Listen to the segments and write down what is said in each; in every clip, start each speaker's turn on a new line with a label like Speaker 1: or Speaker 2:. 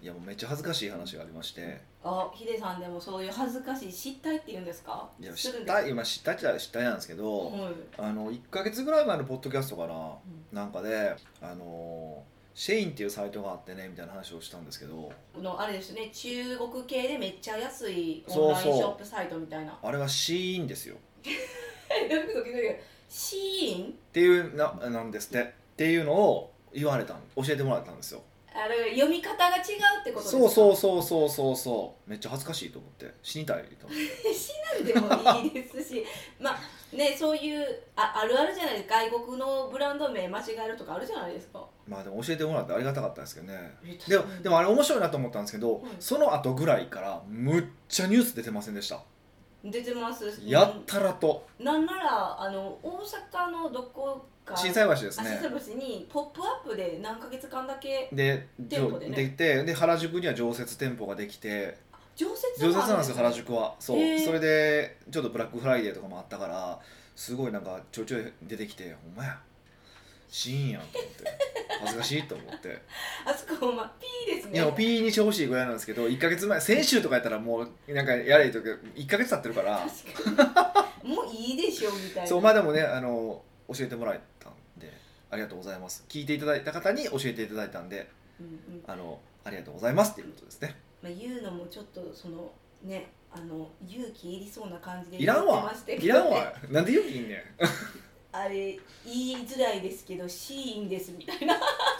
Speaker 1: いやもうめっちゃ恥ずかしい話がありまして
Speaker 2: あヒデさんでもそういう恥ずかしい失態って言うんですか
Speaker 1: いや
Speaker 2: す
Speaker 1: 知
Speaker 2: るん
Speaker 1: っ
Speaker 2: ですか
Speaker 1: た今知ったっちゃ知ったんですけど、
Speaker 2: はい
Speaker 1: あの1か月ぐらい前のポッドキャストかな、なんかであのーシェインっていうサイトがあってねみたいな話をしたんですけど
Speaker 2: このあれですね中国系でめっちゃ安い
Speaker 1: そうそう
Speaker 2: オンラインショップサイトみたいな
Speaker 1: あれはシーンですよ
Speaker 2: えドキドキドキシーン
Speaker 1: っていうななんですってっていうのを言われたん教えてもらったんですよ
Speaker 2: あれ読み方が違うってことですか
Speaker 1: そうそううそうそうそうそうめっちゃ恥ずかしいと思って死にたいと思って
Speaker 2: しなんでもいいですし まあねそういうああるあるじゃないですか外国のブランド名間違えるとかあるじゃないですか
Speaker 1: まあでも教えてもらってありがたかったですけどね
Speaker 2: え
Speaker 1: でもでもあれ面白いなと思ったんですけど、
Speaker 2: ん
Speaker 1: その後ぐらいからむっちゃニュース出てませんでした、
Speaker 2: 出てます
Speaker 1: やったらと
Speaker 2: なんならあの大阪のどこか
Speaker 1: 震災橋です
Speaker 2: あ
Speaker 1: ね
Speaker 2: 新橋にポップアップで何ヶ月間だけ
Speaker 1: でじょ
Speaker 2: 店舗でね
Speaker 1: できてで原宿には常設店舗ができて
Speaker 2: 常設
Speaker 1: 常設なんですよ原
Speaker 2: 宿
Speaker 1: 宿はそう、
Speaker 2: へー
Speaker 1: それでちょっとブラックフライデーとかもあったからすごいなんかちょいちょい出てきて「ほんまやシーンやん」と思って 恥ずかしいと思って
Speaker 2: あそこほんまピーです
Speaker 1: い
Speaker 2: ね
Speaker 1: やもうピーにしてほしいぐらいなんですけど1か月前先週とかやったらもうなんかやれとか1か月経ってるから
Speaker 2: 確かにもういいでしょみたいな
Speaker 1: そうまあでもねあの教えてもらえたんでありがとうございます聞いていただいた方に教えていただいたんで
Speaker 2: うんうんま
Speaker 1: あのありがとうございますっていうことですね
Speaker 2: あ、言うのもちょっとそのねあの勇気いりそうな感じで
Speaker 1: いらん
Speaker 2: 言って
Speaker 1: わ
Speaker 2: ましたけど
Speaker 1: いらんわなんでよくいんねん
Speaker 2: あれ言いづらいですけどシーンですみたいな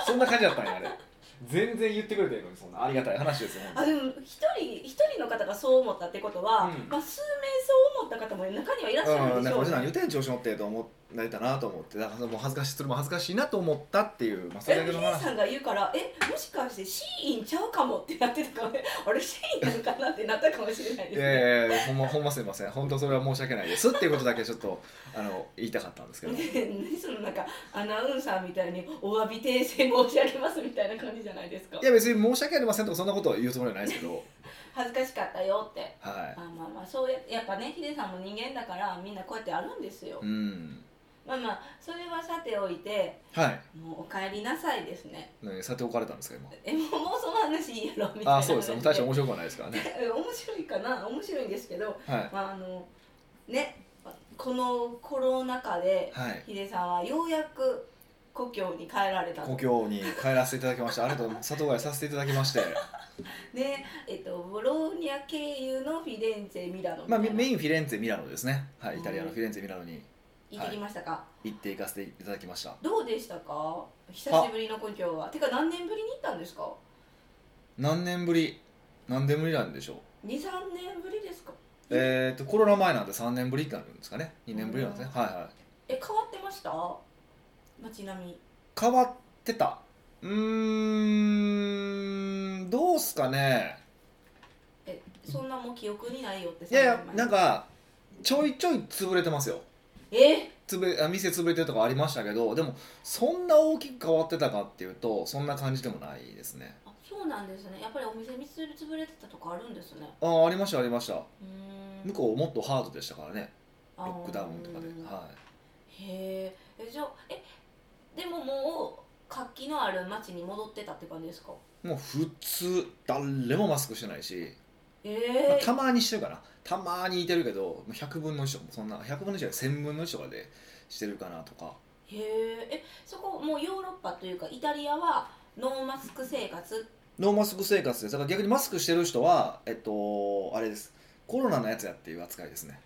Speaker 1: そんな感じだったんやあれ全然言ってくれてるのにそんなありがたい話ですよ
Speaker 2: あでも一人一人の方がそう思ったってことは、
Speaker 1: うん
Speaker 2: まあ、数名そう思った方も中にはいらっしゃる
Speaker 1: うんん、な
Speaker 2: で
Speaker 1: ん
Speaker 2: し
Speaker 1: か
Speaker 2: ょ
Speaker 1: お
Speaker 2: う
Speaker 1: じ
Speaker 2: ね、
Speaker 1: さん言うてん調子乗ってと思なれたなと思ってだからもう恥ずかしいそれも恥ずかしいなと思ったっていう、まあ、それ
Speaker 2: え
Speaker 1: だけ
Speaker 2: ヒ
Speaker 1: の
Speaker 2: デ
Speaker 1: 話
Speaker 2: さんが言うからえもしかしてシーンちゃうかもってなってたかもね あれシーンなのかなってなったかもしれないで
Speaker 1: い
Speaker 2: すね、
Speaker 1: やいやいやほんまほんますいません本当それは申し訳ないですっていうことだけちょっとあの言いたかったんですけど
Speaker 2: ねそのなんかアナウンサーみたいにお詫び訂正申し上げますみたいな感じじゃないですか
Speaker 1: いや別に申し訳ありませんとかそんなことは言うつもりはないですけど
Speaker 2: 恥ずかしかったよって
Speaker 1: は
Speaker 2: まあまあまあそうややっぱねヒデさんも人間だからみんなこうやってあるんですよ
Speaker 1: いうん
Speaker 2: まあまあそれはさておいて
Speaker 1: はい
Speaker 2: もうお帰りなさいですね
Speaker 1: 何さておかれたんですか
Speaker 2: えもうもうその話いいやろみたい
Speaker 1: 今
Speaker 2: な
Speaker 1: あそうですね
Speaker 2: 話
Speaker 1: 大して面白くはないですからね
Speaker 2: え 面白いかな面白いんですけど
Speaker 1: はい
Speaker 2: まああのねこのコロナ禍で
Speaker 1: はい
Speaker 2: ヒデさんはようやく故郷に帰られたと
Speaker 1: 故郷に帰らせていただきましてありがとう里帰りさせていただきま して
Speaker 2: で、えっと、ボローニャ経由のフィレンツェミラノみ
Speaker 1: ま
Speaker 2: た
Speaker 1: あ
Speaker 2: い
Speaker 1: メ
Speaker 2: な
Speaker 1: メインフィレンツェミラノですねはいイタリアのフィレンツェミラノに
Speaker 2: 行ってきましたか、
Speaker 1: 行って行かせていただきました
Speaker 2: どうでしたか久しぶりの故郷はてか何年ぶりに行ったんですか
Speaker 1: 何年ぶり何年ぶりなんでしょう
Speaker 2: 23年ぶりですか
Speaker 1: えー、とコロナ前なんて3年ぶりってなるんですかね2年ぶりなんですねはいはい
Speaker 2: え変わってました街並み
Speaker 1: 変わってたうーんどうすかね
Speaker 2: えそんなもう記憶にないよって
Speaker 1: いやいやなん
Speaker 2: か
Speaker 1: かちょいちょい潰れてますよ
Speaker 2: え
Speaker 1: つぶあ店潰れてるとかありましたけどでもそんな大きく変わってたかっていうとそんな感じでもないですね
Speaker 2: あそうなんですねやっぱりお店につ潰れてたとかあるんですね
Speaker 1: ああありましたありました
Speaker 2: うーん
Speaker 1: 向こうもっとハードでしたからねロックダウンとかで
Speaker 2: あー
Speaker 1: は
Speaker 2: へーえじゃあえでももう活気のある街に戻ってたって感じですか
Speaker 1: いもう普通誰もマスクしてないし
Speaker 2: え
Speaker 1: まあ
Speaker 2: え
Speaker 1: たまにしてるかなたまにいてるけどもう100分の1とかそんな100分の1は1000分の1とかでしてるかなとか
Speaker 2: へーえそこもうヨーロッパというかイタリアはノーマスク生活
Speaker 1: ノーマスク生活ですだから逆にマスクしてる人はえっとあれですコロナのやつやっていう扱いですね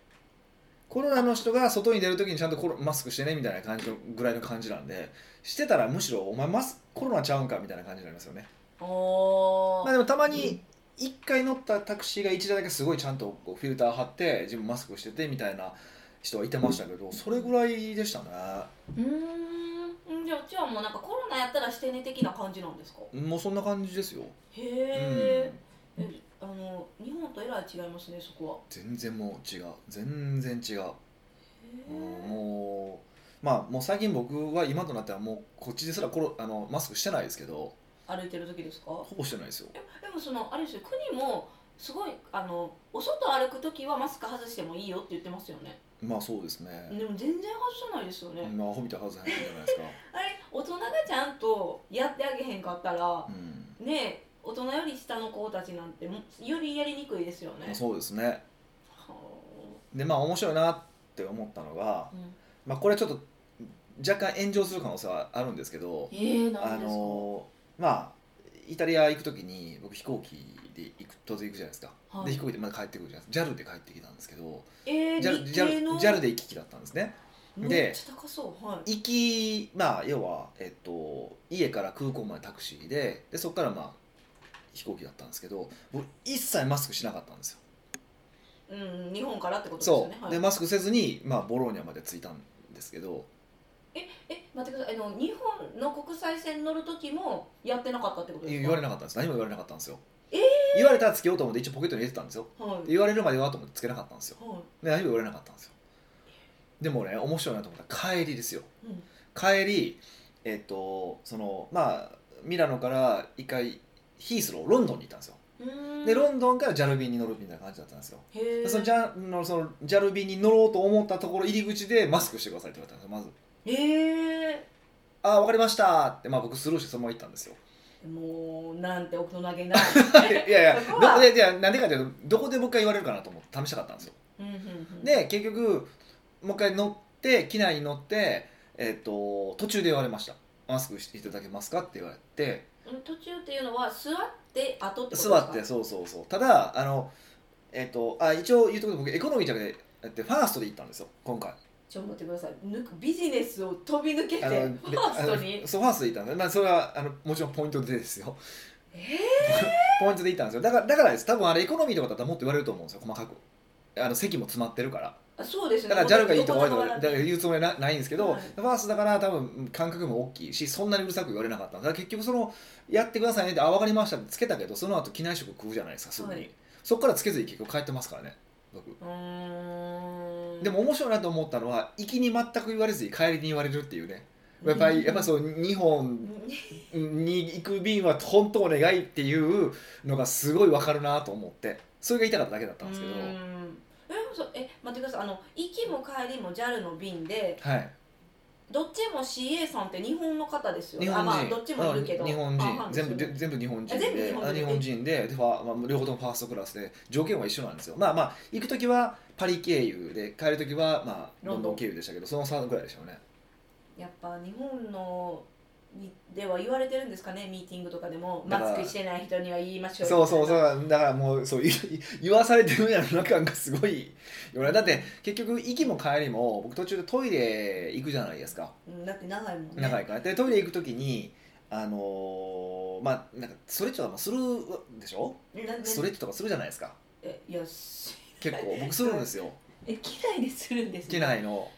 Speaker 1: コロナの人が外に出るときにちゃんとコロマスクしてねみたいな感じのぐらいの感じなんでしてたらむしろお前マスコロナちゃうんかみたいな感じになりますよね
Speaker 2: お
Speaker 1: まあでもたまに1回乗ったタクシーが1台だけすごいちゃんとこうフィルター貼って自分マスクしててみたいな人はいてましたけどそれぐらいでしたね
Speaker 2: うーんじゃあじゃあもうなんかコロナやったらしてね的な感じなんですか
Speaker 1: もうそんな感じですよ、
Speaker 2: へ
Speaker 1: う
Speaker 2: え
Speaker 1: ん、
Speaker 2: えあの日本とえらい違いますねそこは
Speaker 1: 全然もう違う全然違う、
Speaker 2: へ
Speaker 1: うん
Speaker 2: ー
Speaker 1: もうまあもう最近僕は今となってはもうこっちですらコロあのマスクしてないですけど
Speaker 2: 歩いてる時ですか
Speaker 1: ほぼしてないですよ
Speaker 2: えでもそのあれですよ国もすごいあのお外歩く時はマスク外してもいいよって言ってますよね
Speaker 1: まあそうですね、
Speaker 2: でも全然外さないですよね、
Speaker 1: まあアホみたいなはずないじゃないですか、
Speaker 2: あれ大人がちゃんとやってあげへんかったら
Speaker 1: うん、
Speaker 2: ねえ大人より下の子たちなんてもよりやりにくいですよね。
Speaker 1: そうですね
Speaker 2: は
Speaker 1: でまあ面白いなって思ったのが
Speaker 2: あ、うん
Speaker 1: まあ、これちょっと若干炎上する可能性はあるんですけど
Speaker 2: えー、な
Speaker 1: あ
Speaker 2: んですか。
Speaker 1: のまあイタリア行く時に僕飛行機で行く突然行くじゃないですか、
Speaker 2: はい
Speaker 1: で飛行機でまだ帰ってくるじゃないですか JAL で帰ってきたんですけど
Speaker 2: えー、
Speaker 1: JAL
Speaker 2: 日系の
Speaker 1: JAL で行き来だったんですねで
Speaker 2: めっちゃ高そう。はい。
Speaker 1: 行きまあ要は、えっと、家から空港までタクシーででそこからまあ飛行機だったんですけど僕一切マスクしなかったんですよ
Speaker 2: うん、日本からってことですよ
Speaker 1: そ
Speaker 2: ね。
Speaker 1: う
Speaker 2: はい
Speaker 1: で、マスクせずに、まあ、ボローニャまで着いたんですけど
Speaker 2: え、え、待ってください。あの日本の国際線乗る時もやってなかったってことですか。
Speaker 1: 言われなかったんです何も言われなかったんですよ、
Speaker 2: えー
Speaker 1: 言われたらつけようと思って一応ポケットに入れてたんですよ
Speaker 2: はい。はい
Speaker 1: で。言われるまではと思ってつけなかったんですよで何も言われなかったんですよでもね面白いなと思ったら帰りですよ
Speaker 2: うん。
Speaker 1: 帰りえっとそのまあミラノから一回ヒースローロンドンに行ったんですよ
Speaker 2: うーん
Speaker 1: でロンドンからジャル便に乗るみたいな感じだったんですよ
Speaker 2: へー
Speaker 1: でそのジャのそのジャル便に乗ろうと思ったところ入り口でマスクしてくださいって言われたんですよまず
Speaker 2: え
Speaker 1: 「ああ分かりました」って、まあ、僕スルーしてそのまま行ったんですよ
Speaker 2: ー、もうなんて大人げ ない。
Speaker 1: いやいや
Speaker 2: そ
Speaker 1: ど
Speaker 2: こは
Speaker 1: でいやなんでかっていうとどこでもう一回言われるかなと思って試したかったんですよ
Speaker 2: うんうんうん、
Speaker 1: で結局もう一回乗って機内に乗って、えっと途中で言われました「マスクしていただけますか?」って言われて
Speaker 2: うん途中っていうのは座って後ってことです
Speaker 1: 座
Speaker 2: か。
Speaker 1: ってそうそうそうただあのえっ、とあ一応言うとくと僕エコノミーじゃなくてえっとファーストで行ったんですよ今回
Speaker 2: ちょっと待ってください。抜くビジネスを飛び抜けて
Speaker 1: あ
Speaker 2: フ
Speaker 1: の
Speaker 2: ァースト
Speaker 1: あ
Speaker 2: に
Speaker 1: の。そうファーストで行ったんです、まあ、それはあのもちろんポイントでですよ
Speaker 2: え
Speaker 1: ポイントで行ったんですよだからだからです多分あれエコノミーとかだったらもっと言われると思うんですよ細かくあの席も詰まってるから
Speaker 2: ー、あそうです
Speaker 1: だ
Speaker 2: ね。
Speaker 1: から JAL がいいとか悪いと
Speaker 2: ど
Speaker 1: か
Speaker 2: こ
Speaker 1: だ
Speaker 2: の
Speaker 1: か
Speaker 2: 柄
Speaker 1: ら言うつもりはなないんですけど、
Speaker 2: はい
Speaker 1: ファーストだから多分感覚も大きいしそんなにうるさく言われなかっただから結局そのやってくださいねってあ分かりましたってつけたけどその後機内食食うじゃないですかすぐに、
Speaker 2: はい
Speaker 1: そこからつけずに結局帰ってますからね僕
Speaker 2: うーん
Speaker 1: でも面白いなと思ったのは行きに全く言われずに帰りに言われるっていうねやっぱりやっぱそう日
Speaker 2: う
Speaker 1: 本
Speaker 2: ん
Speaker 1: に行く便は本当お願いっていうのがすごい分かるなと思ってそれが言いたかっただけだったんですけど、
Speaker 2: うーんえそうえ待ってくださいあの行きも帰りも JAL の便で
Speaker 1: はい
Speaker 2: どっちも CA さんって日本の方ですよね
Speaker 1: 日本人、
Speaker 2: あまあ、どっちもいるけど
Speaker 1: うん日本人
Speaker 2: 半々です
Speaker 1: 全
Speaker 2: よ
Speaker 1: 部
Speaker 2: ね
Speaker 1: で全部日本人
Speaker 2: あ全部日
Speaker 1: で
Speaker 2: 本人
Speaker 1: あ日本人ででファまあ、両方ともファーストクラスで条件は一緒なんですよまあまあ行く時はパリ経由で帰る時はまあロンドン経由でしたけどその差ぐらいでしたよね
Speaker 2: やっぱ日本のにでは言われてるんですかねミーティングとかでも
Speaker 1: だ
Speaker 2: マ
Speaker 1: から
Speaker 2: スクしてない人には言いましょう
Speaker 1: そうそうそううだからもうそう言い言わされてるんやろな感がすごいよねだって結局行きも帰りも僕途中でトイレ行くじゃないですか
Speaker 2: んだって長いもんね
Speaker 1: 長いからでトイレ行く時にあのーまあなんかストレッチとかもするでしょ
Speaker 2: なな
Speaker 1: ストレッチとかするじゃないですか
Speaker 2: えいやす
Speaker 1: 結構僕するんですよ
Speaker 2: え機内でするんです
Speaker 1: 機内の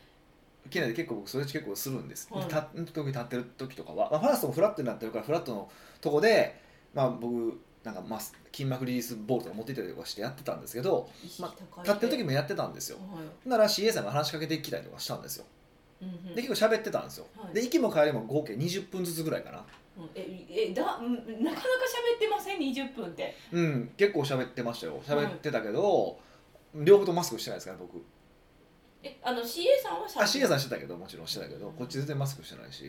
Speaker 1: 機内で結構僕それ結構するんです、
Speaker 2: はい
Speaker 1: た特に立ってる時とかは、まあ、ファーストもフラットになってるからフラットのとこで、まあ、僕なんかマス筋膜リリースボールとか持っていったりとかしてやってたんですけどま立ってる時
Speaker 2: も
Speaker 1: もやってたんですよ
Speaker 2: はい
Speaker 1: なら CA さんが話しかけてきたりとかしたんですよ
Speaker 2: うんうん
Speaker 1: で結構喋ってたんですよ、
Speaker 2: はい
Speaker 1: で息も帰りも合計20分ずつぐらいかな
Speaker 2: うんええだうんなかなか喋ってません20分って
Speaker 1: うん結構喋ってましたよ喋ってたけど、両方ともマスクしてないですから僕
Speaker 2: えあの CA さんは
Speaker 1: あ CA さ
Speaker 2: ん
Speaker 1: んしてたけどもちろんしてたけど、
Speaker 2: うん
Speaker 1: こっち全然マスクしてないし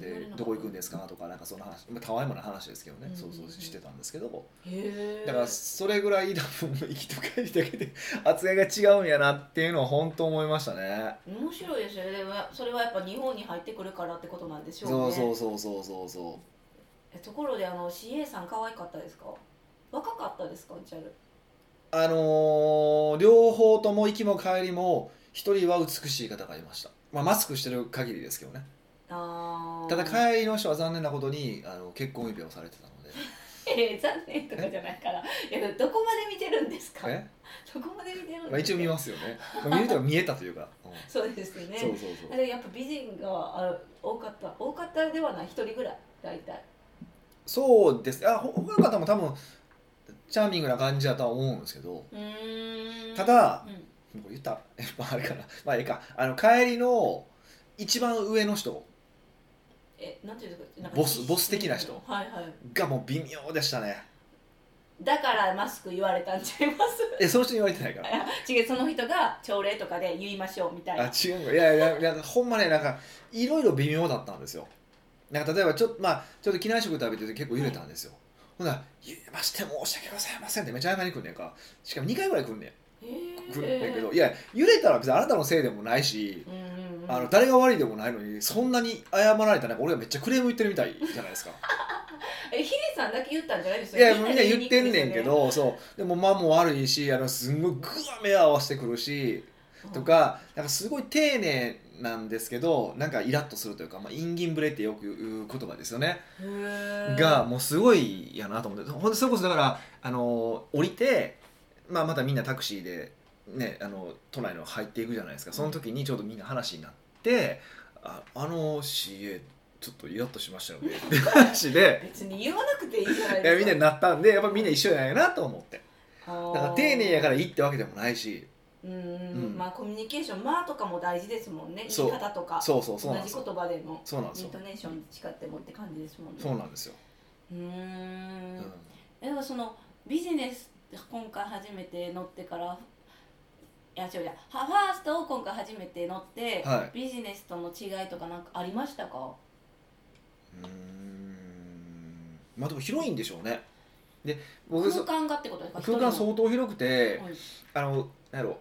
Speaker 2: 言われ
Speaker 1: で
Speaker 2: なかった
Speaker 1: どこ行くんですかとかなんかその話まあたわいもない話ですけどね、
Speaker 2: うん
Speaker 1: そうそうしてたんですけど
Speaker 2: へえ
Speaker 1: だからそれぐらい多分生きと帰りだけで扱いが 違うんやなっていうのは本当思いましたね
Speaker 2: 面白いですよねでもそれはやっぱ日本に入ってくるからってことなんでしょうね
Speaker 1: そうそうそうそうそうそ
Speaker 2: えところであの CA さん可愛かったですか若かったですかジャル
Speaker 1: うあのー両方とも行きも帰りも一人は美しい方がいました、まあ、マスクしてる限りですけどね
Speaker 2: あー
Speaker 1: ただ帰りの人は残念なことにあの結婚指輪をされてたの で
Speaker 2: えー残念とかじゃないからいやどこまで見てるんですか
Speaker 1: え、
Speaker 2: どこまで見てるんですか、
Speaker 1: まあ、一応見ますよね、まあ、見るというか見えたというか、うん
Speaker 2: そうですね
Speaker 1: そうそう
Speaker 2: あ
Speaker 1: そう
Speaker 2: れやっぱ美人があ多かった多かったではない一人ぐらい大体
Speaker 1: そうですあほ他の方も多分チャーミングな感じだとは思うんですけど
Speaker 2: うーん
Speaker 1: ただ
Speaker 2: う、ん
Speaker 1: もう言った まああれかなまあええかあの帰りの一番上の人
Speaker 2: えなんていうんですかなんか
Speaker 1: ボスボス的な人
Speaker 2: はいはい
Speaker 1: がもう微妙でしたね
Speaker 2: だからマスク言われたんちゃいます
Speaker 1: えその人に言われてないから
Speaker 2: あ違うその人が朝礼とかで言いましょうみたい
Speaker 1: あ
Speaker 2: な
Speaker 1: 違うんかいやいやいやほんまねなんかいろいろ微妙だったんですよなんか例えばちょっとまあちょっと機内食食べてて結構揺れたんですよ、ほな「言いまして申し訳ございません」ってめちゃ謝りに来んねんかしかも2回ぐらい来んねん来んねんけど、いや揺れたら別にあなたのせいでもないし、
Speaker 2: うんうんうん、
Speaker 1: あの誰が悪いでもないのにそんなに謝られたらなんか俺がめっちゃクレーム言ってるみたいじゃない ですか
Speaker 2: えヒデさんだけ言ったんじゃないです
Speaker 1: いやもうみんな言ってんねんけ、どそうでもまあもう悪いしあのすんごいグワ目合わせてくるしとかなんかすごい丁寧なんですけどなんかイラッとするというか、まあ、陰銀ぶれってよく言う言葉ですよねが
Speaker 2: が
Speaker 1: もうすごいやなと思ってほんでそれこそだからあの降りて、まあ、またみんなタクシーで、ね、あの都内の入っていくじゃないですかその時にちょうどみんな話になって「ああの CA ちょっとイラッとしましたよ ね」って話で
Speaker 2: 別に言わなくていいじゃない
Speaker 1: いやみんな
Speaker 2: で
Speaker 1: に
Speaker 2: す
Speaker 1: なったんでやっぱみんな一緒やなと思って
Speaker 2: か
Speaker 1: だ
Speaker 2: な
Speaker 1: から丁寧やからいいってわけでもないし
Speaker 2: うんうん、
Speaker 1: うん
Speaker 2: まあコミュニケーション「まあ」とかも大事ですもんね
Speaker 1: そう
Speaker 2: 言い方とか
Speaker 1: そうそうそう
Speaker 2: 同
Speaker 1: なんです
Speaker 2: じ
Speaker 1: よ
Speaker 2: 言葉でも
Speaker 1: そうなんです
Speaker 2: イン
Speaker 1: よ
Speaker 2: トネーション違ってもって感じですもんね
Speaker 1: そうなんですよ、
Speaker 2: うー
Speaker 1: うんん
Speaker 2: でもそのビジネス今回初めて乗ってからいや違う違うファファーストを今回初めて乗って、
Speaker 1: はい
Speaker 2: ビジネスとの違いとかなんかありましたか
Speaker 1: うーんまあでも広いんでしょうねで僕
Speaker 2: 空
Speaker 1: そ
Speaker 2: 間がってことですか
Speaker 1: 空間相当広くて、
Speaker 2: はい
Speaker 1: あのなんやろ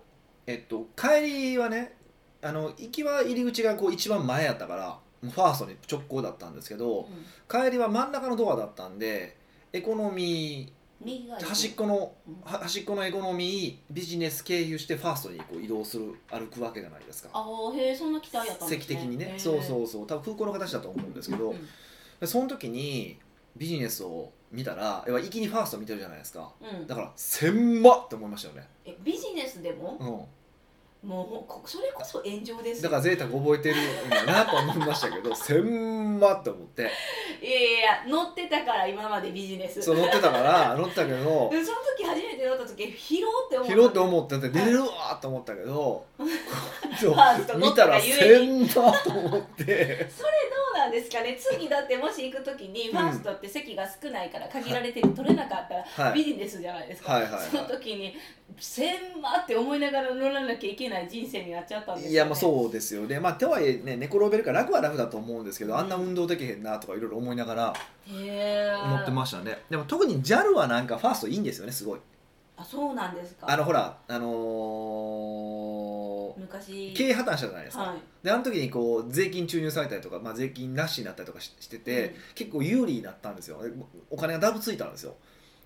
Speaker 1: えっと帰りはねあの行きは入り口がこう一番前やったからもうファーストに直行だったんですけど
Speaker 2: うん
Speaker 1: 帰りは真ん中のドアだったんでエコノミ
Speaker 2: 右が
Speaker 1: ー
Speaker 2: 行く
Speaker 1: 端っこの
Speaker 2: うん
Speaker 1: は端っこのエコノミービジネス経由してファーストにこう移動する歩くわけじゃないですか
Speaker 2: あーへえそんな期待やったんですね
Speaker 1: 席的にねそう
Speaker 2: う
Speaker 1: そうそう多分空港の形だと思うんですけど、
Speaker 2: ん
Speaker 1: でその時にビジネスを見たら要は一気にファースト見てるじゃないですか
Speaker 2: うん
Speaker 1: だから狭っって思いましたよね、
Speaker 2: えビジネスでも
Speaker 1: うん、
Speaker 2: もうほこそれこそ炎上です
Speaker 1: だから贅沢覚えてるんだなと思いましたけ どせんまって思って
Speaker 2: いやいやいや乗ってたから今までビジネス
Speaker 1: そう乗ってたから乗ってたけど
Speaker 2: でその時初めて乗った時拾おうって思った
Speaker 1: 拾って思ってて出れるわと思ったけ どそう
Speaker 2: ァースト乗
Speaker 1: 見
Speaker 2: った
Speaker 1: た
Speaker 2: が
Speaker 1: ら
Speaker 2: ゆえ
Speaker 1: せんまと思って
Speaker 2: そうなんですかね次だってもし行く時にファーストって席が少ないから限られてて取れなかったら
Speaker 1: は
Speaker 2: ビ
Speaker 1: い
Speaker 2: ジネスじゃないですか、
Speaker 1: はいはいはい
Speaker 2: その時に千万って思いながら乗らなきゃいけない人生になっちゃったんですよ、ね、
Speaker 1: いやまあそうですよねまあとはいえね寝転べるから楽は楽だと思うんですけどあんな運動できへんなとかいろいろ思いながら
Speaker 2: へえ
Speaker 1: 思ってましたねでも特に JAL はなんかファーストいいんですよねすごい
Speaker 2: あそうなんですか
Speaker 1: あのほらあの
Speaker 2: 昔
Speaker 1: ー経営破綻したじゃないですか、
Speaker 2: はい
Speaker 1: であの時にこう税金注入されたりとか、まあ、税金なしになったりとかししてて、結構有利になったんですよでお金がダブついたんですよ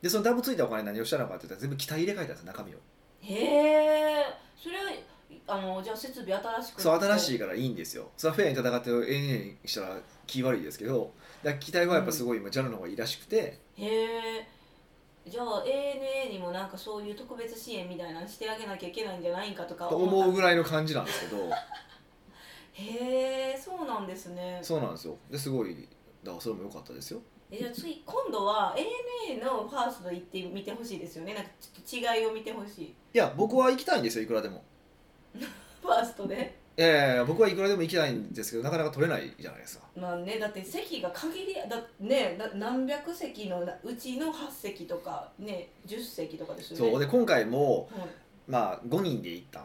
Speaker 1: でそのダブついたお金何をしたのかって言ったら全部機体入れ替えたんですよ中身を
Speaker 2: うんへえそれはあのじゃあ設備新しく
Speaker 1: そう新し
Speaker 2: い
Speaker 1: いからいいんですよそれはフェアに戦って永遠にしたら気悪いですけどだから機体はやっぱすごい今 JAL の方がいいらしくて、
Speaker 2: へえじゃあ ANA にもなんかそういう特別支援みたいなのしてあげなきゃいけないんじゃないんかとか
Speaker 1: と思うぐ
Speaker 2: い
Speaker 1: らいの感じなんですけ ど
Speaker 2: へえそうなんですね
Speaker 1: そうなんですよですごいだからそれも良かったですよ
Speaker 2: えじゃあ次今度は ANA のファースト行ってみてほしいですよねなんかちょっと違いを見てほしい
Speaker 1: いや僕は行きたいんですよいくらでも
Speaker 2: ファーストで
Speaker 1: ええ僕はいくらでも行きたいんですけどなかなか取れないじゃないですか
Speaker 2: まあねだって席が限りだねな何百席のうちの8席とかね10席とかですよね
Speaker 1: そう
Speaker 2: で、
Speaker 1: で今回も、
Speaker 2: はい
Speaker 1: まあ、5人で行ったん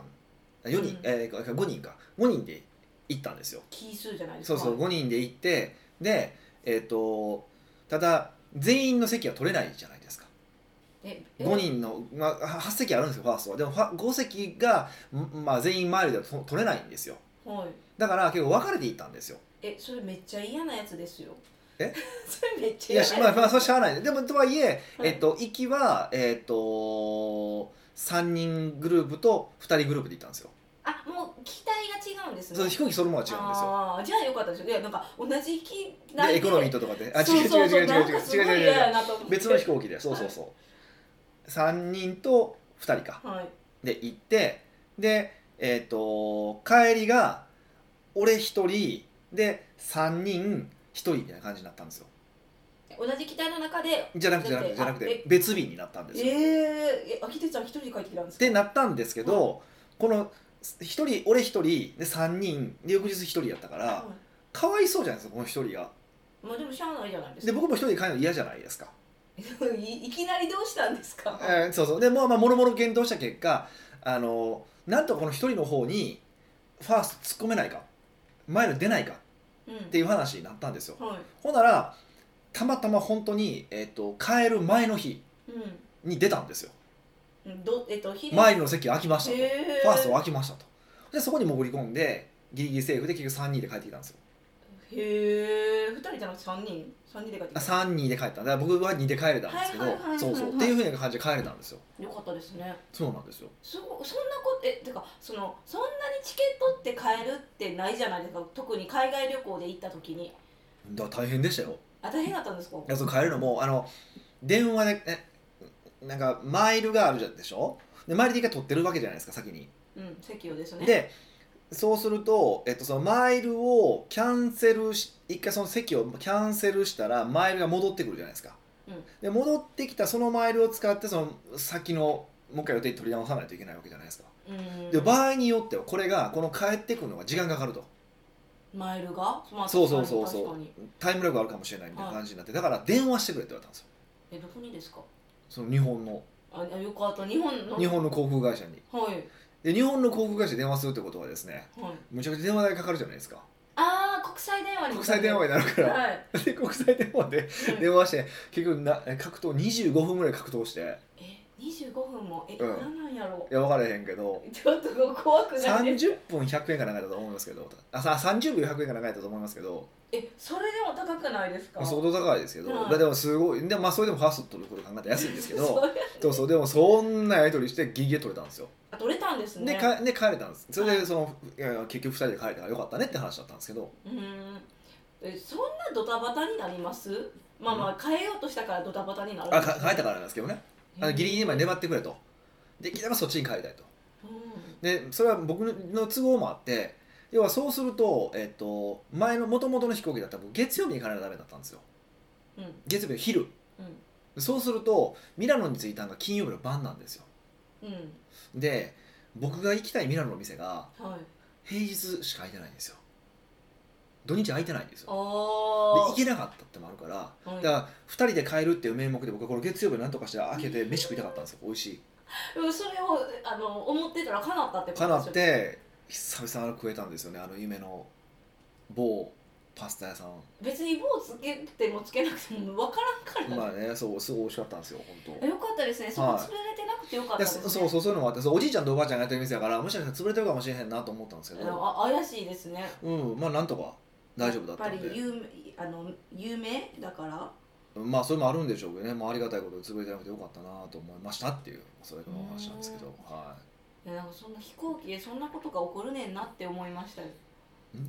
Speaker 1: 4人、
Speaker 2: うん
Speaker 1: えー、5人か5人で行ったんですよ
Speaker 2: 奇数じゃないです
Speaker 1: そ
Speaker 2: か
Speaker 1: うそう5人で行ってでえっ、とただ全員の席は取れないじゃないですか
Speaker 2: ええ
Speaker 1: 5人の、まあ、8席あるんですよファーストはでもファ5席が、んまあ、全員周りではと取れないんですよ
Speaker 2: はい
Speaker 1: だから結構分かれていったんですよ
Speaker 2: えそれめっちゃ嫌なやつですよ
Speaker 1: え
Speaker 2: それめっ
Speaker 1: い
Speaker 2: ちゃ
Speaker 1: や
Speaker 2: 嫌
Speaker 1: し
Speaker 2: な
Speaker 1: ま
Speaker 2: や
Speaker 1: あまあそれはしゃあないねでもとはいえ、
Speaker 2: はい
Speaker 1: えっと行きはえっ、と3人グループと2人グループで行ったんですよ、
Speaker 2: あもう機体が違うんですね
Speaker 1: その飛行機そのものは違うんですよ
Speaker 2: ああじゃあよかったですよいやなんか同じ機内
Speaker 1: で
Speaker 2: で
Speaker 1: エコノミーととかであ
Speaker 2: そう
Speaker 1: 違う
Speaker 2: そうそう
Speaker 1: 違う違う違う違う
Speaker 2: なんかすご
Speaker 1: 違
Speaker 2: い
Speaker 1: う違う違
Speaker 2: 嫌や
Speaker 1: う
Speaker 2: なと思って
Speaker 1: 別の飛行機でそうそうそう3人と2人か
Speaker 2: はい
Speaker 1: で行ってでえっ、と帰りが俺1人で3人1人みたいな感じになったんですよ
Speaker 2: 同じ機体の中で
Speaker 1: じゃなくてじゃなくてじゃなく
Speaker 2: だって
Speaker 1: て別日になったんですよ
Speaker 2: ええー、あきてちゃん一人で帰ってきたんです
Speaker 1: っ
Speaker 2: か
Speaker 1: てなったんですけど、この1人俺1人で3人で翌日1人やったから、
Speaker 2: は
Speaker 1: かわいそうじゃないですかこの1人が
Speaker 2: いまあでもしゃあないじゃないです
Speaker 1: で
Speaker 2: か
Speaker 1: 僕も1人で帰るの嫌じゃないですか、
Speaker 2: 僕 いいきなりどうしたんですか、
Speaker 1: えーそうそうでもうまあもろもろ検討した結果あのなんとこの1人の方にファースト突っ込めないか前の出ないか
Speaker 2: うん
Speaker 1: っていう話になったんですよ
Speaker 2: はい
Speaker 1: ほんならたまたま本当に、えっと帰る前の日に出たんですよ
Speaker 2: うんどえっと昼
Speaker 1: マイルの席が空きましたと、
Speaker 2: へー
Speaker 1: ファーストが空きましたとでそこに潜り込んでギリギリセーフで結局3人で帰ってきたんですよ
Speaker 2: へえ二人じゃなくて三人三人で帰って
Speaker 1: あ
Speaker 2: きた
Speaker 1: 3人で帰ったんで僕は2で帰れたんですけど
Speaker 2: はいはいはいはいはい
Speaker 1: そうそうっていうふうな感じで帰れたんですよ
Speaker 2: よかったですね
Speaker 1: そうなんですよ
Speaker 2: すごそんなことえてかそのそんなにチケットって買えるってないじゃないですか特に海外旅行で行った時に
Speaker 1: だから大変でしたよ
Speaker 2: あ大変だったんですか
Speaker 1: いやその帰るのもあの電話でえなんかマイルがあるじゃんでしょでマイルで一回取ってるわけじゃないですか先に
Speaker 2: うん席をですね
Speaker 1: でそうすると、えっと、そのマイルをキャンセルし一回その席をキャンセルしたらマイルが戻ってくるじゃないですか、
Speaker 2: うん
Speaker 1: で戻ってきたそのマイルを使ってその先のもう一回予定取り直さないといけないわけじゃないですか、
Speaker 2: うん
Speaker 1: で場合によってはこれがこの帰ってくるのが時間かかると
Speaker 2: マイルが、まあ
Speaker 1: そうそうそうそう
Speaker 2: 確かに
Speaker 1: タイムラグあるかもしれないみたいな感じになって、だから電話してくれって言われたんですよ
Speaker 2: えどこにですか
Speaker 1: その日本の
Speaker 2: あよかった日本の
Speaker 1: 日本の航空会社に
Speaker 2: はい
Speaker 1: で日本の航空会社に電話するってことはですね
Speaker 2: はい
Speaker 1: むちゃくちゃ電話代かかるじゃないですか
Speaker 2: ああ国際電話に
Speaker 1: 国際電話になるから
Speaker 2: はい、
Speaker 1: で国際電話で
Speaker 2: うん
Speaker 1: 電話して結局な格闘25分ぐらい格闘して
Speaker 2: え25分もえ、
Speaker 1: うん
Speaker 2: 何なんやろ
Speaker 1: いや分からへんけど
Speaker 2: ちょっと怖くないです
Speaker 1: 30分100円かなんかやったと思いますけどあさ30秒100円かなんかやったと思いますけど
Speaker 2: えそれでも高くないですか、
Speaker 1: まあ相当高いですけど、
Speaker 2: はい
Speaker 1: だでもすごいでもまあそれでもファースト取ること考えたら安いんですけど
Speaker 2: そうや
Speaker 1: そうそうでもそんなやり取りしてギリギリ取れたんですよ
Speaker 2: あ取れたんですね
Speaker 1: でかで帰れたんですそれ
Speaker 2: は
Speaker 1: でそのいやいや結局2人で帰れたからよかったねって話だったんですけど
Speaker 2: うーんえそんなドタバタになりますまあまあ変えようとしたからドタバタになる
Speaker 1: あか帰ったからなんですけどねあのギリギリまで
Speaker 2: ね
Speaker 1: 粘ってくれとできればそっちに帰りたいと
Speaker 2: うん
Speaker 1: でそれは僕の都合もあって要はそうすると、えっと、前の元々の飛行機だったら僕月曜日に帰らないとダメだったんですよ
Speaker 2: うん
Speaker 1: 月曜日の昼
Speaker 2: うん
Speaker 1: そうするとミラノに着いたのが金曜日の晩なんですよ
Speaker 2: うん
Speaker 1: で僕が行きたいミラノの店が
Speaker 2: はい
Speaker 1: 平日しか開いてないんですよ土日開いてないんですよで
Speaker 2: あ
Speaker 1: 行けなかったってのもあるから
Speaker 2: あ、はい
Speaker 1: だから2人で帰るっていう名目で僕はこの月曜日なんとかして開けて飯食いたかったんですよ美味しい
Speaker 2: でもそれをあの思ってたら叶ったってこ
Speaker 1: か
Speaker 2: と
Speaker 1: なっ
Speaker 2: ですよ
Speaker 1: て久々に食えたんですよねあの夢の某パスタ屋さん
Speaker 2: 別に棒つけてもつけなくても分からんから、
Speaker 1: まあねそうすごい美味しかったんですよ本当
Speaker 2: よかったですねそこ
Speaker 1: はい
Speaker 2: 潰れてなくてよかっ
Speaker 1: い
Speaker 2: た
Speaker 1: や
Speaker 2: です、ね
Speaker 1: そそうそうそういうのもあってそうおじいちゃんとおばあちゃんがやってる店だからもしかしたら潰れてるかもしれへんなと思ったんですけ
Speaker 2: あの
Speaker 1: ど
Speaker 2: あ怪しいですね
Speaker 1: うんまあなんとか大丈夫だった
Speaker 2: や
Speaker 1: ん
Speaker 2: っぱり
Speaker 1: で
Speaker 2: 有名あの有名だから
Speaker 1: まあそれもあるんでしょうけどね、まあ、ありがたいことで潰れてなくてよかったなと思いましたっていうそれのお話なんですけど
Speaker 2: うん
Speaker 1: はい
Speaker 2: やなんかそんな飛行機でそんなことが起こるねんなって思いましたよ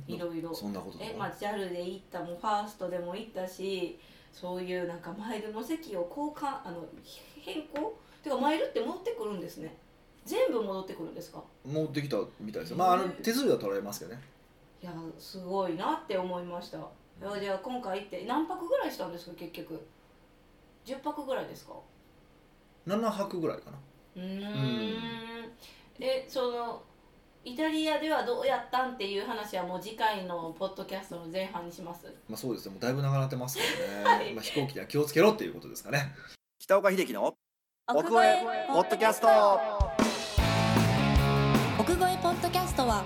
Speaker 1: いん
Speaker 2: いろいろ
Speaker 1: そんなこととか
Speaker 2: えまあ JAL で行ったもファーストでも行ったしそういうなんかマイルの席を交換あの変更てかマイルって戻ってくるんですね全部戻ってくるんですか
Speaker 1: 持ってきたみたいですよまああの手数料は取られますけどね
Speaker 2: いやすごいなって思いましたいやじゃあ今回行って何泊ぐらいしたんですか結局10泊ぐらいですか
Speaker 1: 7泊ぐらいかな
Speaker 2: うーんえそのイタリアではどうやったんっていう話はもう次回のポッドキャストの前半にします
Speaker 1: まあそうですね、もうだいぶ長なってますけどね、
Speaker 2: はい
Speaker 1: まあ飛行機には気をつけろっていうことですかね。北岡秀樹の
Speaker 3: 奥越えポッドキャスト
Speaker 4: 奥越えポッドキャストは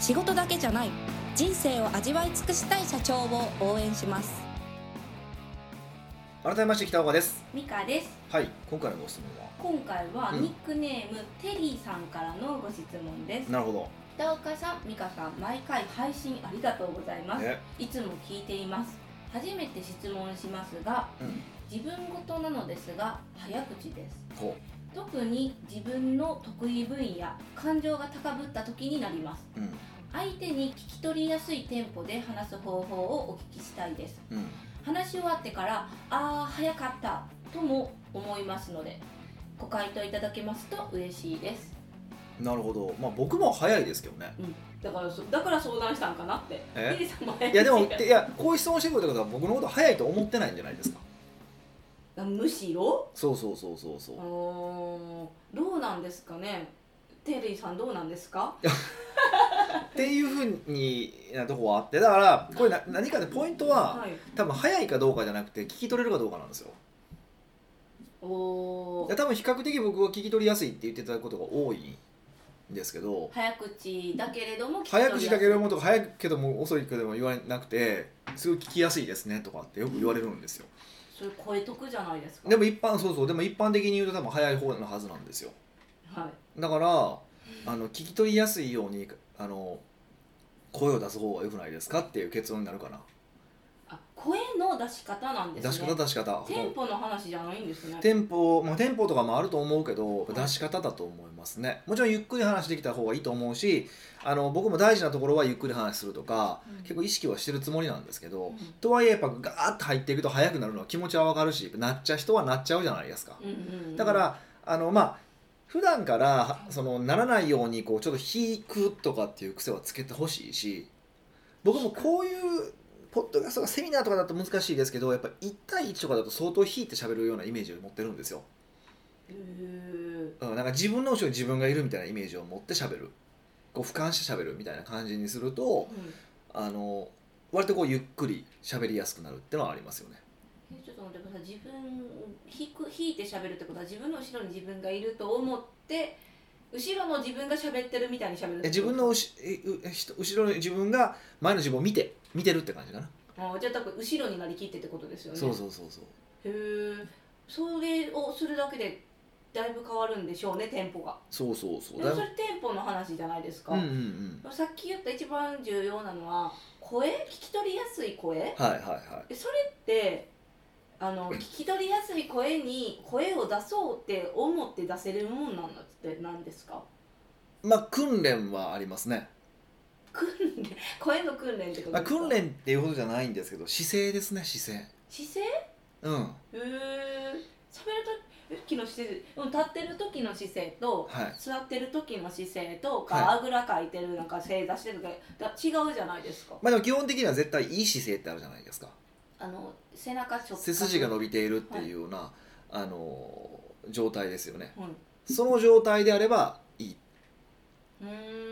Speaker 4: 仕事だけじゃない人生を味わい尽くしたい社長を応援します
Speaker 1: 改めまして北岡です。
Speaker 3: ミカです
Speaker 1: はい、今回のご質問は。
Speaker 3: 今回は
Speaker 1: うん
Speaker 3: ニックネーム、テリーさんからのご質問です
Speaker 1: なるほ
Speaker 3: 北岡さん美香さん毎回配信ありがとうござい
Speaker 1: ど。
Speaker 3: ます、
Speaker 1: ね、
Speaker 3: いつも聞いています初めて質問しますが
Speaker 1: うん、
Speaker 3: 自分事なのですが早口です
Speaker 1: ほ
Speaker 3: 特に自分の得意分野感情が高ぶった時になります
Speaker 1: う、うん、
Speaker 3: 相手に聞き取りやすいテンポで話す方法をお聞きしたいです
Speaker 1: うん、
Speaker 3: 話し終わってから「ああ早かった」とも思いますのでご回答いただけますと嬉しいです
Speaker 1: なるほど、まあ僕も早いですけどね。
Speaker 2: だからそだから相談したんかなって
Speaker 1: え
Speaker 2: リリさんも早
Speaker 1: いやでも、
Speaker 2: 口
Speaker 1: いや、こういう質問してくるってことは、僕のこと早いと思ってないんじゃないですか。
Speaker 2: からむしろ
Speaker 1: そうそうそうそうそう
Speaker 2: うー。んどうなんですかねテリーさんどうなんですか
Speaker 1: っていうふうになとこはあって、だから、これな、何かでポイントは、
Speaker 2: い
Speaker 1: 多分早いかどうかじゃなくて、聞き取れるかどうかなんですよ。
Speaker 2: お
Speaker 1: いや
Speaker 2: ー
Speaker 1: 多分比較的僕は聞き取りやすいって言ってたことが多いですけど
Speaker 2: 早口だけれども聞き取り
Speaker 1: 早
Speaker 2: やすい
Speaker 1: 口だけどもとか早いけども遅いけども言わなくてすごい聞きやすいですねとかってよく言われるんですよ
Speaker 2: それ声得じゃないですか
Speaker 1: でも一般そうそうでも一般的に言うと多分早い方のはずなんですよ
Speaker 2: はい
Speaker 1: だからあの聞き取りやすいようにあの声を出す方が良くないですかっていう結論になるかな、
Speaker 2: あ声の出し方なんですね
Speaker 1: 出し方出し方
Speaker 2: テンポの話じゃないんですね
Speaker 1: テンポ、まあ、テンポとかもあると思うけど出し方だと思いますねもちろんゆっくり話できた方がいいと思うしあの僕も大事なところはゆっくり話するとか、
Speaker 2: うん
Speaker 1: 結構意識はしてるつもりなんですけど、
Speaker 2: うん
Speaker 1: とはいえやっぱガーッと入っていくと速くなるのは気持ちはわかるしなっちゃう人はなっちゃうじゃないですか、
Speaker 2: うんうんうん
Speaker 1: だからあのまあ普段からそのならないようにこうちょっと引くとかっていう癖はつけてほしいし僕もこういうポッドキャストがセミナーとかだと難しいですけどやっぱ1対1とかだと相当引いて喋るようなイメージを持ってるんですよ、
Speaker 2: へー
Speaker 1: うん、なんか自分の後ろに自分がいるみたいなイメージを持って喋るこう俯瞰して喋るみたいな感じにすると
Speaker 2: うん
Speaker 1: あの割とこうゆっくり喋りやすくなるってのはありますよね
Speaker 2: えちょっと待ってください自分引く引いて喋るってことは自分の後ろに自分がいると思って後ろの自分が喋ってるみたいに喋る
Speaker 1: え自分のうしえうえ人後ろに自分が前の自分を見て見てるって感じかな
Speaker 2: あじゃあ多分後ろになりきってってことですよね
Speaker 1: そうそうそうそう
Speaker 2: へえそれをするだけでだいぶ変わるんでしょうねテンポが
Speaker 1: そうそうそう
Speaker 2: で
Speaker 1: だい
Speaker 2: もそ
Speaker 1: ぶ
Speaker 2: れテンポの話じゃないですか、
Speaker 1: うんうんうん
Speaker 2: さっき言った一番重要なのは声聞き取りやすい声
Speaker 1: はいはいは
Speaker 2: でそれってあ の聞き取りやすい声に声を出そうって思って出せるもんなんだってなんですか
Speaker 1: いまあ訓練はありますね、
Speaker 2: 訓練 声の訓練ってこと
Speaker 1: まあ、
Speaker 2: ですか
Speaker 1: 訓練っていうほどじゃないんですけど姿勢ですね姿勢
Speaker 2: 姿勢
Speaker 1: うんは
Speaker 2: うーん喋る時の姿勢うん立ってる時の姿勢と
Speaker 1: い
Speaker 2: 座ってる時の姿勢とか、
Speaker 1: は
Speaker 2: あぐらかいてるなんか正座してるとかだ違うじゃないですか
Speaker 1: まあでも基本的には絶対いい姿勢ってあるじゃないですか
Speaker 2: あの背中直角
Speaker 1: 背筋が伸びているっていうような、あのー状態ですよね
Speaker 2: うん
Speaker 1: その状態であればいいう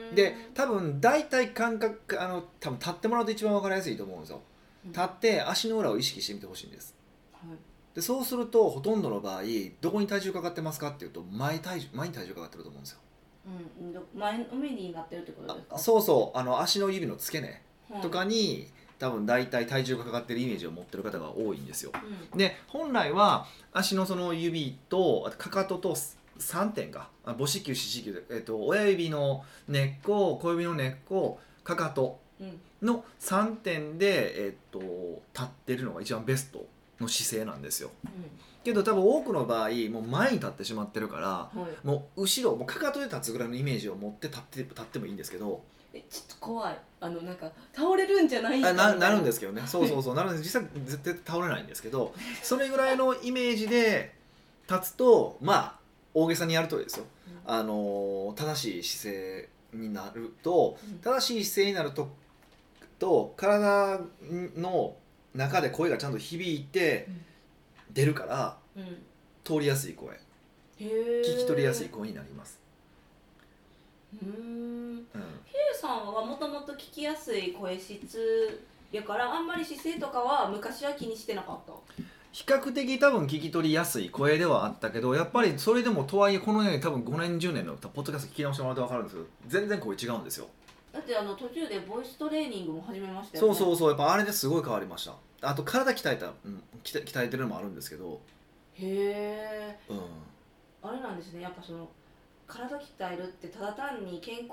Speaker 2: ーん
Speaker 1: で多分大体感覚あの多分立ってもらうと一番分かりやすいと思うんですよ
Speaker 2: うん
Speaker 1: 立って足の裏を意識してみてほしいんです
Speaker 2: はい
Speaker 1: でそうするとほとんどの場合どこに体重かかってますかっていうと前体重前に体重かかってると思うんですよ
Speaker 2: うんど前のめりになってるってことですか
Speaker 1: あそうそうあの足の指の付け根
Speaker 2: はい
Speaker 1: とかに、多分大体体重がかかってるイメージを持ってる方が多いんですよ
Speaker 2: うん
Speaker 1: で本来は足のその指とあとかかとと3点かあ母子球四子球、えっと、親指の根っこ小指の根っこかかと
Speaker 2: うん
Speaker 1: の3点で、えっと、立ってるのが一番ベストの姿勢なんですよけど多分多くの場合もう前に立ってしまってるから
Speaker 2: うんはい
Speaker 1: もう後ろもうかかとで立つぐらいのイメージを持って立って立ってもいいんですけど
Speaker 2: えちょっと怖いあのなんか倒れるんじゃないん
Speaker 1: あななるんですすけどねそうそうそうなるんです実際絶対倒れないんですけどそれぐらいのイメージで立つとまあ大げさにやるとですよ、
Speaker 2: う
Speaker 1: あのー正しい姿勢になると正しい姿勢になるとと体の中で声がちゃんと響いて
Speaker 2: うん
Speaker 1: 出るから
Speaker 2: うんへ
Speaker 1: 通りやすい声
Speaker 2: え
Speaker 1: 聞き取りやすい声になります、
Speaker 2: うーん
Speaker 1: うん、
Speaker 2: K さんはもともと聞きやすい声質やからあんまり姿勢とかは昔は気にしてなかった
Speaker 1: 比較的多分聞き取りやすい声ではあったけどやっぱりそれでもとはいえこのように多分5年10年のポッドキャスト聞き直してもらうと分かるんですけど全然声違うんですよ
Speaker 2: だってあの途中でボイストレーニングも始めましたよ
Speaker 1: そ
Speaker 2: ね
Speaker 1: うそうそうやっぱあれですごい変わりましたあと体鍛えた、うん、鍛え鍛えてるのもあるんですけど、
Speaker 2: へえ
Speaker 1: うん、
Speaker 2: あれなんですねやっぱその体鍛えるってただ単に健康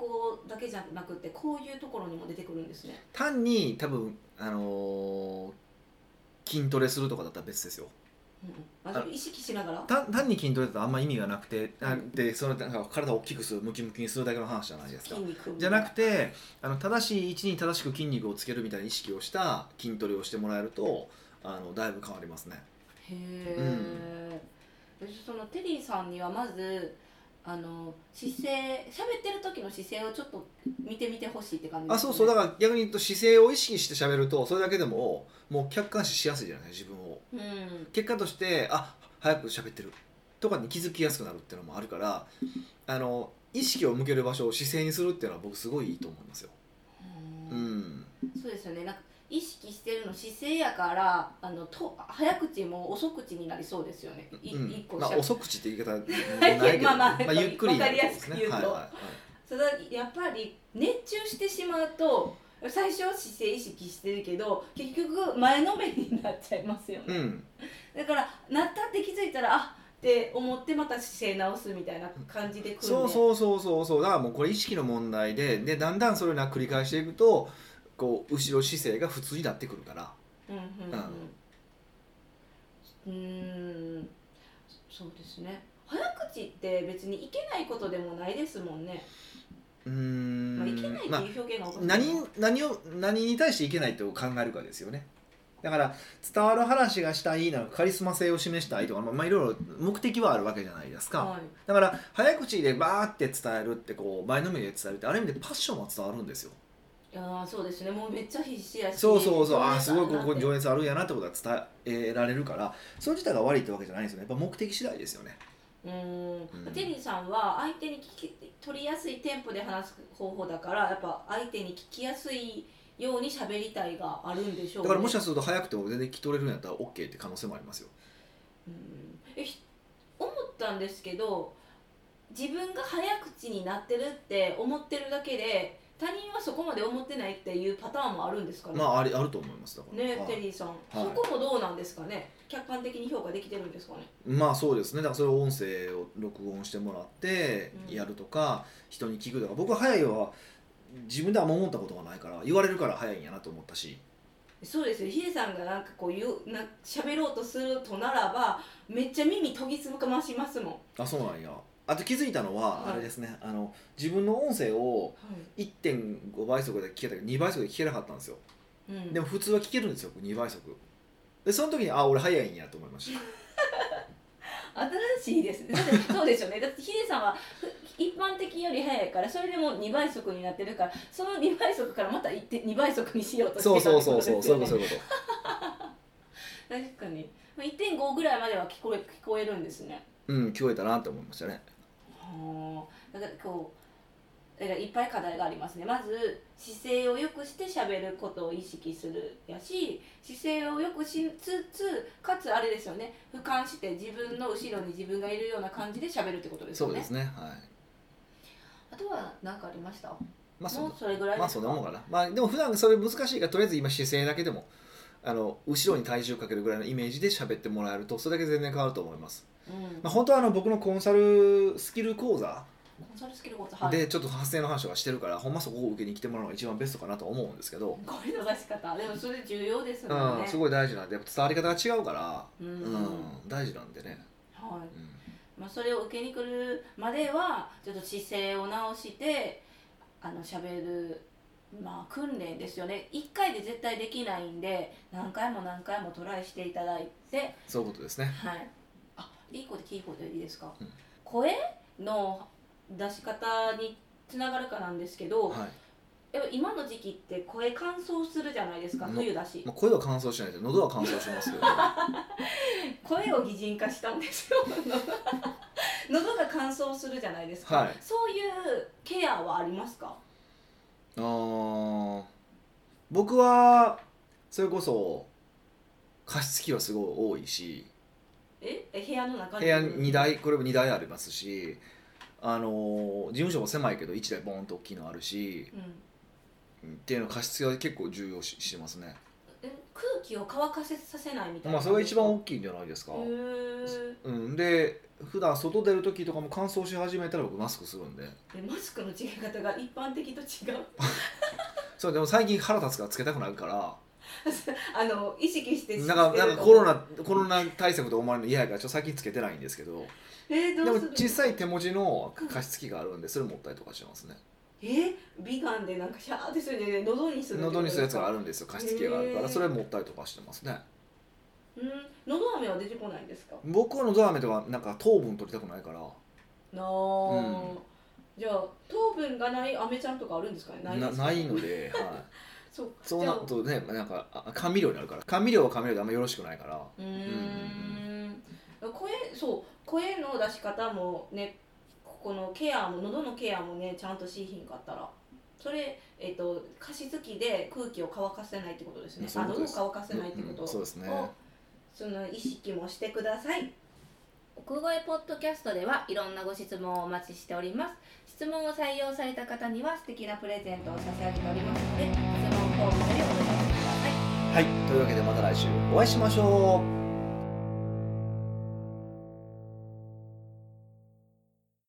Speaker 2: だけじゃなくてこういうところにも出てくるんですね
Speaker 1: 単に多分、あのー筋トレするとかだったら別ですよ
Speaker 2: うんうん、あ
Speaker 1: あ
Speaker 2: 意識しながら
Speaker 1: 単単に筋トレだとあんま意味がなくて、あ
Speaker 2: うん
Speaker 1: でそのなんか体を大きくするムキムキにするだけの話じゃないですか
Speaker 2: 筋肉
Speaker 1: じゃなくてあの正しい位置に正しく筋肉をつけるみたいな意識をした筋トレをしてもらえるとあのだいぶ変わりますね
Speaker 2: へえ、私そのテリーさんにはまずあの姿勢喋ってる時の姿勢をちょっと見てみてほしいって感じ
Speaker 1: あそうそうだ
Speaker 2: か
Speaker 1: から逆に言うと姿勢を意識して喋るとそれだけでももう客観視しやすいじゃないですか自分を
Speaker 2: らうん
Speaker 1: 結果としてあ早く喋ってるとかに気づきやすくなるっていうのもあるからあの意識を向ける場所を姿勢にするっていうのは僕すごいいいと思いますよう
Speaker 2: うん
Speaker 1: ん
Speaker 2: そうですよねなんか意識してるの姿勢やからあのと早口も遅口になりそうですよねい、
Speaker 1: うん
Speaker 2: 一個
Speaker 1: まあ
Speaker 2: しゃべ
Speaker 1: 遅口って言い方ないけど
Speaker 2: まあまあ
Speaker 1: ゆっくり
Speaker 2: わか
Speaker 1: な
Speaker 2: りやすく言うと
Speaker 1: はいはいはい
Speaker 2: それはやっぱり熱中してしまうと最初は姿勢意識してるけど結局前のめりになっちゃいますよね、
Speaker 1: うん
Speaker 2: だからなったって気づいたらあって思ってまた姿勢直すみたいな感じでくる
Speaker 1: そうそうそうそうそうだからもうこれ意識の問題ででだんだんそれをな繰り返していくとこう後ろ姿勢が普通になってくるから
Speaker 2: うんうんうんうーんそうですね早口って別にいけないことでもないですもんね、
Speaker 1: うーん
Speaker 2: まあ、いけないって
Speaker 1: まあ
Speaker 2: いう表現がおかしい
Speaker 1: 何何を何に対していけないと考えるかですよねだから伝わる話がしたいなのかカリスマ性を示したいとか、まあまあ、いろいろ目的はあるわけじゃないですか、
Speaker 2: はい
Speaker 1: だから早口でバーって伝えるってこう前のめりで伝えるってある意味でパッションは伝わるんですよ
Speaker 2: いやーそうですねもうめっちゃ必死やし
Speaker 1: そうそうそうあーす
Speaker 2: 情
Speaker 1: ごいこ
Speaker 2: 熱るなって
Speaker 1: こに情熱あるんやなってことは伝えられるからそれ自体が悪いってわけじゃないんですよねやっぱ目的次第ですよね
Speaker 2: うー
Speaker 1: うん
Speaker 2: んテリーさんは相手に聞き取りやすいテンポで話す方法だからやっぱ相手に聞きやすいように喋りたいがあるんでしょう、
Speaker 1: だ
Speaker 2: ね、
Speaker 1: からもしかすると早くても全然聞き取れるんやったら OK って可能性もありますよ
Speaker 2: うんえひ思ったんですけど自分が早口になってるって思ってるだけで他人はそこまで思ってないっていうパターンもあるんですかね,、
Speaker 1: まあありあると思いますだから
Speaker 2: ね
Speaker 1: はい
Speaker 2: テリーさん、
Speaker 1: い
Speaker 2: そこもどうなんですかね客観的に評価できてるんですかね
Speaker 1: まあそうですねだからそれを音声を録音してもらって
Speaker 2: うん
Speaker 1: やるとか、人に聞くとか僕は早いは自分ではあんま思ったことがないから言われるから早いんやなと思ったし
Speaker 2: そうですよヒデさんがなんかこう言うな喋ろうとするとならばめっちゃ耳研ぎ澄ましますもん、
Speaker 1: あそうなんやあと気づいたのは
Speaker 2: はい
Speaker 1: あれですね、あの自分の音声を1.5倍速で聞けたけど2倍速で聞けなかったんですよ
Speaker 2: うん、
Speaker 1: でも普通は聞けるんですよ2倍速でその時にあ俺早いんやと思いま した
Speaker 2: 新しいですねだ ってそうですよねだってヒデさんはふ一般的より早いからそれでも2倍速になってるからその2倍速からまた2倍速にしようとしてた
Speaker 1: そうそうそう
Speaker 2: って
Speaker 1: そ
Speaker 2: こ
Speaker 1: う
Speaker 2: と
Speaker 1: そういうことそう
Speaker 2: ですよ
Speaker 1: いうこ
Speaker 2: ね確かにまあ1.5ぐらいまでは聞こえ聞こえるんですね
Speaker 1: とうん聞こえたなと思いましたね
Speaker 2: はあだからこうだからいっぱい課題がありますねまず姿勢を良くして喋ることを意識するやし姿勢を良くしつつかつあれですよね俯瞰して自分の後ろに自分がいるような感じで喋るってことです
Speaker 1: そ
Speaker 2: よ
Speaker 1: う
Speaker 2: ね
Speaker 1: ですねはい
Speaker 2: あとは何かありました
Speaker 1: まあそ
Speaker 2: も
Speaker 1: う
Speaker 2: うそれぐらい
Speaker 1: ま
Speaker 2: で
Speaker 1: あそん
Speaker 2: すか、
Speaker 1: なもんかな。まあでも普段それ難しいからとりあえず今姿勢だけでもあの後ろに体重かけるぐらいのイメージで喋ってもらえるとそれだけ全然変わると思います。
Speaker 2: うん
Speaker 1: まあ本当はあの僕のコンサルスキル講座
Speaker 2: コンサルスキル講座 はい
Speaker 1: でちょっと発声の話とかしてるから、ほんまそこを受けに来てもらうのが一番ベストかなと思うんですけど、
Speaker 2: 声の出し方でもそれ重要です
Speaker 1: う
Speaker 2: もん
Speaker 1: ん
Speaker 2: ね
Speaker 1: すごい大事なんでやっぱ伝わり方が違うから、
Speaker 2: うん
Speaker 1: うん大事なんでね。
Speaker 2: はい
Speaker 1: うん
Speaker 2: まあ、それを受けに来るまではちょっと姿勢を直してあの喋る、まあ、訓練ですよね1回で絶対できないんで何回も何回もトライしていただいて
Speaker 1: そういうことですね。
Speaker 2: はいあいい子でキーコでいいですか、
Speaker 1: うん
Speaker 2: 声の出し方につながるかなんですけど、
Speaker 1: は
Speaker 2: やっぱ今の時期って声乾燥するじゃないですか
Speaker 1: うん
Speaker 2: 冬だし
Speaker 1: い。まあ声は乾燥しないで喉は乾燥しますけど、
Speaker 2: 声を擬人化したんですよ 喉が乾燥するじゃないですか、
Speaker 1: はい
Speaker 2: そういうケアはありますか
Speaker 1: あー僕はそれこそ加湿器はすごい多いし
Speaker 2: ええ部屋の中
Speaker 1: 部屋2台これも2台ありますしあのー事務所も狭いけど1台ボーンと大きいのあるし
Speaker 2: うん
Speaker 1: っていうの加湿が結構重要視してますね
Speaker 2: え空気を乾かせさせないみたい
Speaker 1: ま
Speaker 2: な
Speaker 1: あそれが一番大きいんじゃないですか
Speaker 2: へー
Speaker 1: うんで普段外出る時とかも乾燥し始めたら僕マスクするんで
Speaker 2: えマスクの違い方が一般的と違う
Speaker 1: そうでも最近腹立つからつけたくなるから
Speaker 2: あの意識して
Speaker 1: なんかなんかコロナコロナ対策と思われるの嫌やからちょっと最近つけてないんですけどで
Speaker 2: えど
Speaker 1: も
Speaker 2: うする
Speaker 1: 小さい手持ちの加湿器があるんでそれ持ったりとかしてますね
Speaker 2: え美顔でなんかシャーってするんじゃない喉にするってこと
Speaker 1: 喉にするやつがあ
Speaker 2: る
Speaker 1: るんですよ加湿器があるか
Speaker 2: へ
Speaker 1: ら
Speaker 2: ー
Speaker 1: それ持ったりとかしてますね
Speaker 2: うん喉飴は出てこないんですか
Speaker 1: 僕のど飴とかなんか糖分取りたくないから
Speaker 2: なあ、
Speaker 1: うん
Speaker 2: じゃあ糖分がない飴ちゃんとかあるんですかね
Speaker 1: な
Speaker 2: ないですか
Speaker 1: ないので、 はい、
Speaker 2: そう
Speaker 1: そうなるとねなんかあ甘味料になるから甘味料は甘味料であんまよろしくないから
Speaker 2: うーん声そう声の出し方もねここのケアも喉のケアもねちゃんとしひんかったらそれえっ、と加湿器で空気を乾かせないってことですね
Speaker 1: そう
Speaker 2: あ
Speaker 1: いうこと
Speaker 2: 喉
Speaker 1: です
Speaker 2: を乾かせないってこ
Speaker 1: うんうん
Speaker 2: と
Speaker 1: そうですね
Speaker 2: をその意識もしてください奥越ポッドキャストではいろんなご質問をお待ちしております質問を採用された方には素敵なプレゼントを差し上げておりますので質問フォームでお願いしください
Speaker 1: はいというわけでまた来週お会いしましょう